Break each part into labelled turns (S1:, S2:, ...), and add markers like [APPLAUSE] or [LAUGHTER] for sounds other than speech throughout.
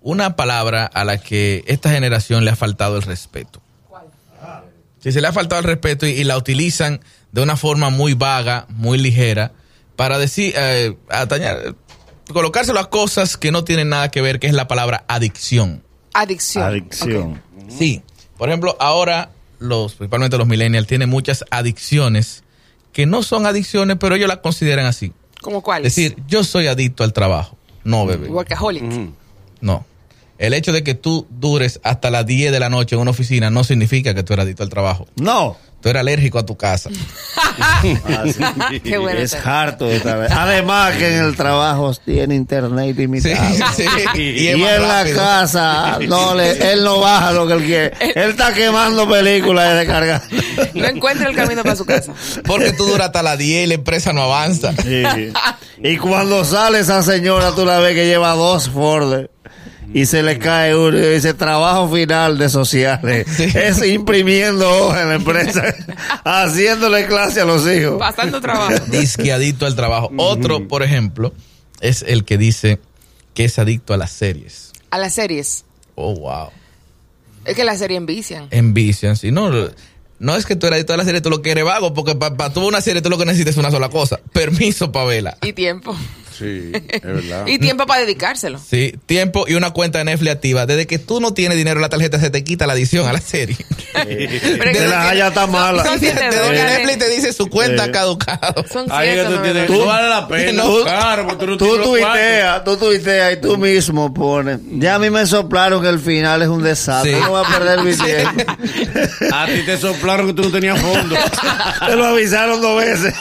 S1: una palabra a la que esta generación le ha faltado el respeto. Si se le ha faltado el respeto y, y la utilizan de una forma muy vaga, muy ligera, para decir, eh, atañar- colocárselo a cosas que no tienen nada que ver, que es la palabra adicción.
S2: Adicción.
S3: Adicción.
S1: Sí. Por ejemplo, ahora los, principalmente los millennials, tienen muchas adicciones que no son adicciones, pero ellos las consideran así.
S2: Ok. ¿Cómo cuál?
S1: Es decir, yo soy adicto al trabajo. No, bebé.
S2: Workaholic.
S1: No. El hecho de que tú dures hasta las 10 de la noche en una oficina no significa que tú eres adicto al trabajo.
S3: No.
S1: Tú eres alérgico a tu casa.
S2: [LAUGHS] Qué bueno.
S3: Ah, Es harto de esta vez. Además que en el trabajo tiene internet
S1: Sí,
S3: limitado.
S1: sí.
S3: Y,
S1: es más
S3: en la
S1: rápido.
S3: casa, no le, él no baja lo que él quiere. Él está quemando películas y recargando.
S2: No encuentra el camino para su
S1: [LAUGHS]
S2: casa.
S1: Porque tú duras hasta las 10 y la empresa no avanza.
S3: Sí. Y cuando sale esa señora, tú la ves que lleva dos Ford y se le cae uno y dice trabajo final de sociales.
S1: Sí.
S3: Es imprimiendo hojas en la empresa,
S1: [LAUGHS]
S3: haciéndole clase a los hijos.
S2: Pasando trabajo.
S1: Disque adicto al trabajo. Otro, por ejemplo, es el que dice que es adicto a las series.
S2: A las series.
S1: Oh, wow.
S2: Es que las series envician.
S1: Envician, sí. No, no es que tú eres adicto a la serie, tú lo que eres vago, porque para tú una serie tú lo que necesitas es una sola cosa. Permiso para verla.
S2: Y tiempo.
S4: Sí, es verdad.
S2: Y tiempo para dedicárselo.
S1: Sí, tiempo y una cuenta de Netflix activa. Desde que tú no tienes dinero en la tarjeta, se te quita la adición a la serie.
S2: Pero es
S3: De
S2: que
S3: las
S2: son-
S3: haya tan malas.
S1: [LAUGHS]
S2: Son
S1: Te
S2: siete
S4: eh,
S1: doy
S2: dólares.
S1: Netflix y te dice su cuenta ha caducado.
S2: Son
S4: Ahí que tú tienes.
S2: 199.
S4: No vale la pena.
S1: Tú-
S4: claro, porque tú no
S3: Tú
S4: tienes los cuartos.
S3: tuiteas, tú tuiteas y tú mismo pones. Ya a mí me soplaron que el final es un desastre.
S1: Sí.
S3: No voy a perder
S4: [LAUGHS]
S3: mi tiempo.
S4: A ti te soplaron que tú no tenías fondo.
S3: [LAUGHS] Te lo avisaron dos
S4: [LAUGHS]
S3: veces.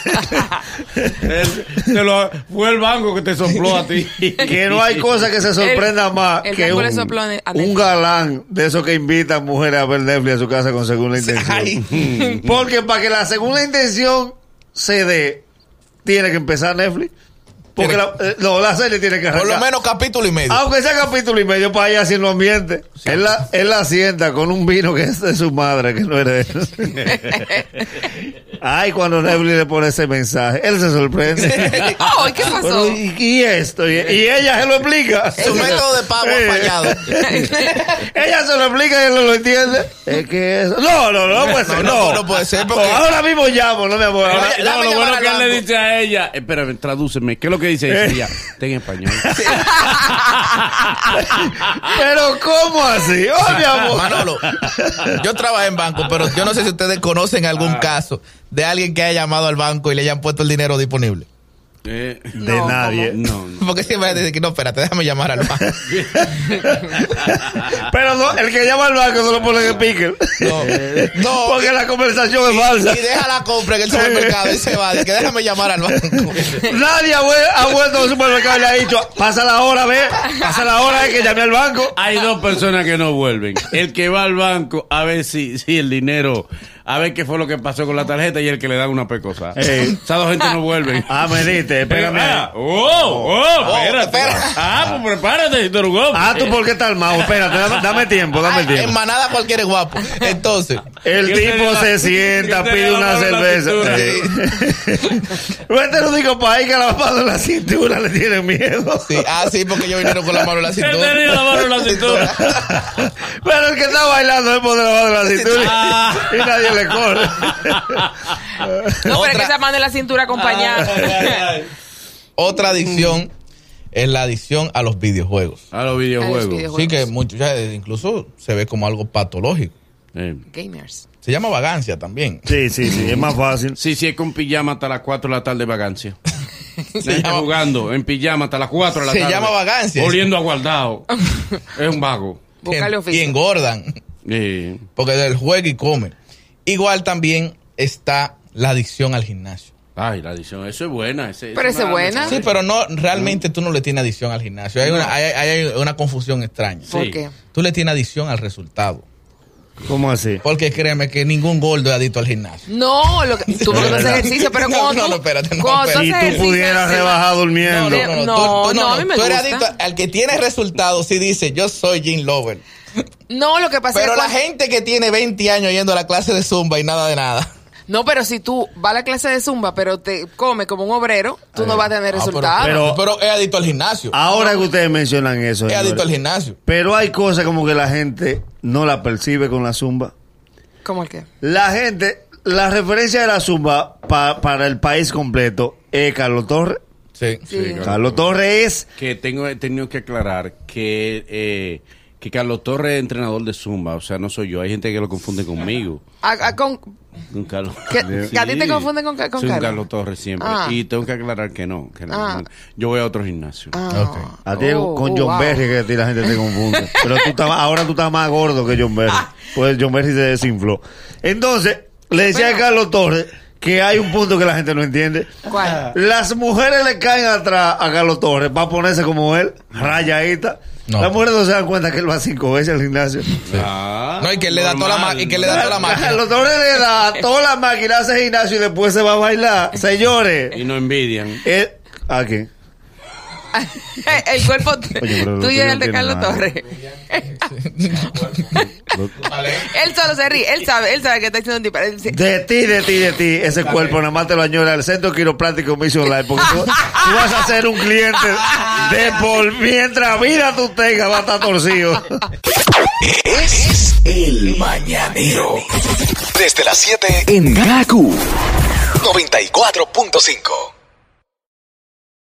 S4: Él- te lo- fue el banco que te sopló a [LAUGHS] ti.
S3: Que no hay cosa que se sorprenda
S2: El-
S3: más
S2: el
S3: que
S2: banco
S3: un,
S2: le sopló a Netflix.
S3: un galán de esos que invitan mujeres a ver Netflix a su casa con segunda intención. [LAUGHS] Porque para que la segunda intención se dé, tiene que empezar Netflix. Porque
S1: Tiene-
S3: la, eh, no, la serie tiene que
S1: Por
S3: arrancar.
S1: lo menos capítulo y medio.
S3: Aunque sea capítulo y medio para allá haciendo ambiente. Él, la, él la sienta con un vino que es de su madre, que no era de
S1: [LAUGHS]
S3: él. Ay, cuando Netflix le pone ese mensaje, él
S1: [LAUGHS]
S3: se sorprende.
S2: [LAUGHS] Ay, ¿qué pasó?
S3: Pero, Ah, ¿y, y esto? Y, y ella se lo explica.
S1: Su método de pago ha
S3: Eh,
S1: fallado.
S3: [LAUGHS] ella se lo explica y él no lo entiende. Es que eso. No, no, no puede
S1: no,
S3: ser. No,
S1: no puede ser, porque-
S3: ahora mismo llamo, no me amor. ahora-
S4: Oye, no,
S1: dame
S4: lo
S1: llamar
S4: bueno
S1: al
S4: que él le
S1: banco.
S4: dice a ella, espérame, tradúceme, ¿qué es lo que dice
S3: Eh.
S4: ella? [LAUGHS] Ten español.
S3: Pero, ¿cómo así? Oh, mi amor.
S1: Manolo, yo trabajé en banco, pero yo no sé si ustedes conocen algún caso de alguien que haya llamado al banco y le hayan puesto el dinero disponible.
S4: Eh,
S3: De nadie.
S4: no, no.
S1: Porque siempre dicen que no, espérate, déjame llamar al banco.
S3: [LAUGHS] Pero no, el que llama al banco se lo pone en pique.
S1: No, no.
S3: Porque la conversación es falsa.
S1: Y deja la compra en el supermercado y se va. de que déjame llamar al banco.
S3: Nadie ha, vuel- ha vuelto al supermercado y le ha dicho, pasa la hora, ve, pasa la hora, eh, que llamé al banco.
S4: Hay dos personas que no vuelven. El que va al banco a ver si, si el dinero, a ver qué fue lo que pasó con la tarjeta y el que le dan una pecosa.
S3: Eh.
S4: Esas dos gente no vuelven.
S3: Ah, veniste, espérame.
S4: Ah, oh, oh, espérate.
S1: espera.
S4: Ah, pues prepárate, tú eres un hombre.
S3: Ah, tú por qué estás mal, espérate, dame, dame tiempo, dame
S1: En
S3: tiempo.
S1: manada cualquiera es guapo. Entonces,
S3: El
S4: ¿Qué
S3: tipo
S4: sería
S3: se
S4: la- [LAUGHS]
S3: sienta,
S4: qué
S3: pide
S4: sería
S3: una
S4: la mano en la
S3: cerveza.
S4: cintura?
S3: Sí. [LAUGHS] este es el único país que la mano en la cintura le tiene miedo.
S1: sí, ah, sí, porque ellos vinieron con la mano en la
S4: Él tenía
S1: cintura.
S4: la mano en la cintura.
S3: Pero el que está bailando es por la mano en la cintura
S4: Ah.
S3: y nadie le
S2: No,
S3: corre.
S2: pero es que
S1: Otra- Ah,
S2: esa mano en la cintura acompañada. [LAUGHS]
S1: Otra adicción es la adicción a los videojuegos.
S4: A los
S2: A los
S4: videojuegos.
S2: videojuegos.
S1: Sí, que muchos ya eh, incluso se ve como algo patológico.
S4: Eh.
S2: Gamers.
S1: Se llama vagancia también.
S3: Sí, sí, sí, es más fácil.
S4: Sí, sí, es con pijama hasta las 4 de la
S1: [LAUGHS]
S4: tarde vagancia. Nadie
S1: llama-
S4: jugando en pijama hasta las 4 de la
S1: Se
S4: tarde.
S1: llama vagancia.
S4: Oliendo a
S1: [LAUGHS]
S4: guardado. es un vago.
S2: Buscarle
S1: y
S2: oficio.
S1: engordan. [LAUGHS]
S4: Eh,
S1: Porque del juego y come. Igual también está la adicción al gimnasio.
S4: Ay, la adición, eso es buena. ese-
S2: Pero esa es
S4: una-
S2: buena.
S1: Sí, pero no, realmente tú no le tienes adición al gimnasio. Hay una, hay, hay una confusión extraña.
S2: ¿Por
S4: sí.
S2: qué?
S1: Tú le tienes adición al resultado.
S3: ¿Cómo así?
S1: Porque créeme que ningún gordo es adicto al gimnasio.
S2: No, lo que- tú porque no haces ejercicio, pero
S1: [LAUGHS] No,
S2: cuando
S1: no,
S2: tú,
S1: no, espérate, no,
S2: cuando
S1: espérate.
S3: Si
S2: haces
S3: tú
S2: ejercicio,
S3: pudieras
S2: se-
S3: rebajar durmiendo.
S2: No, Eh, no,
S1: tú- tú-
S2: no, a mí me
S1: tú eres
S2: gusta.
S1: adicto al que tiene resultados. Sí dice, yo soy Jim Lover.
S2: No, lo que pasa
S1: Pero
S2: es
S1: la
S2: cuando-
S1: gente que tiene 20 años yendo a la clase de zumba y nada de nada.
S2: No, pero si tú vas a la clase de zumba, pero te comes como un obrero, tú
S3: Eh.
S2: no vas a tener
S1: Ah, pero-
S2: resultados.
S1: pero, pero Ah, es adicto al gimnasio.
S3: Ahora que ustedes mencionan eso.
S1: es adicto al
S3: señores,
S1: gimnasio.
S3: Pero hay cosas como que la gente no la percibe con la zumba.
S2: ¿Cómo el qué?
S3: La gente, la referencia de la zumba pa- para el país completo es Carlos Torres.
S1: Sí.
S4: Sí, claro.
S3: Carlos Torres es
S4: Que tengo, he tenido que aclarar que, eh, que Carlos Torres es entrenador de Zumba, o sea, no soy yo. Hay gente que lo confunde conmigo.
S2: A- a- con-
S4: Con Carlos.
S2: ¿Que- que a ti te confunden con Ca- con
S4: Soy un
S2: Carlos?
S4: Carlos Torres siempre.
S2: Ah.
S4: Y tengo que aclarar que no. que no.
S2: Ah.
S4: Yo voy a otro gimnasio.
S2: Ah.
S1: Ok.
S3: A ti
S2: Oh,
S3: con
S2: oh,
S3: John
S2: wow.
S3: Berry que a ti la gente
S2: [LAUGHS]
S3: te confunde. Pero tú estás más- ahora tú estás más gordo que John Berry. Pues John Berry se desinfló. Entonces, le decía
S2: Bueno.
S3: a Carlos Torres que hay un punto que la gente no entiende.
S2: ¿Cuál?
S3: Las mujeres le caen atrás a Carlos Torres para ponerse como él, rayadita.
S1: No.
S3: Las mujeres no se dan cuenta que él va cinco veces al gimnasio.
S4: Ah,
S1: No, y que le da toda la
S4: normal.
S1: ma- y que le da toda la máquina.
S3: Carlos Torres le da toda la máquina, hace gimnasio y después se va a bailar.
S1: [LAUGHS]
S4: Y
S3: Señores,
S4: no envidian.
S3: él- ¿a quién?
S2: [LAUGHS] el cuerpo
S3: pero lo
S2: tuyo
S3: tuyo
S2: es el de
S3: no tiene
S2: Carlos
S3: nada.
S2: Torres. [LAUGHS] él solo se ríe, él sabe, él sabe que está haciendo un disparate. Él dice,
S3: De ti, de ti, de ti. Ese cuerpo nada más te lo añora el Centro Quiropráctico Mission Life. Porque tú, tú vas a ser un cliente de por mientras vida tú tengas, va a estar torcido.
S5: Es el mañanero. Desde las 7 en Gaku 94.5.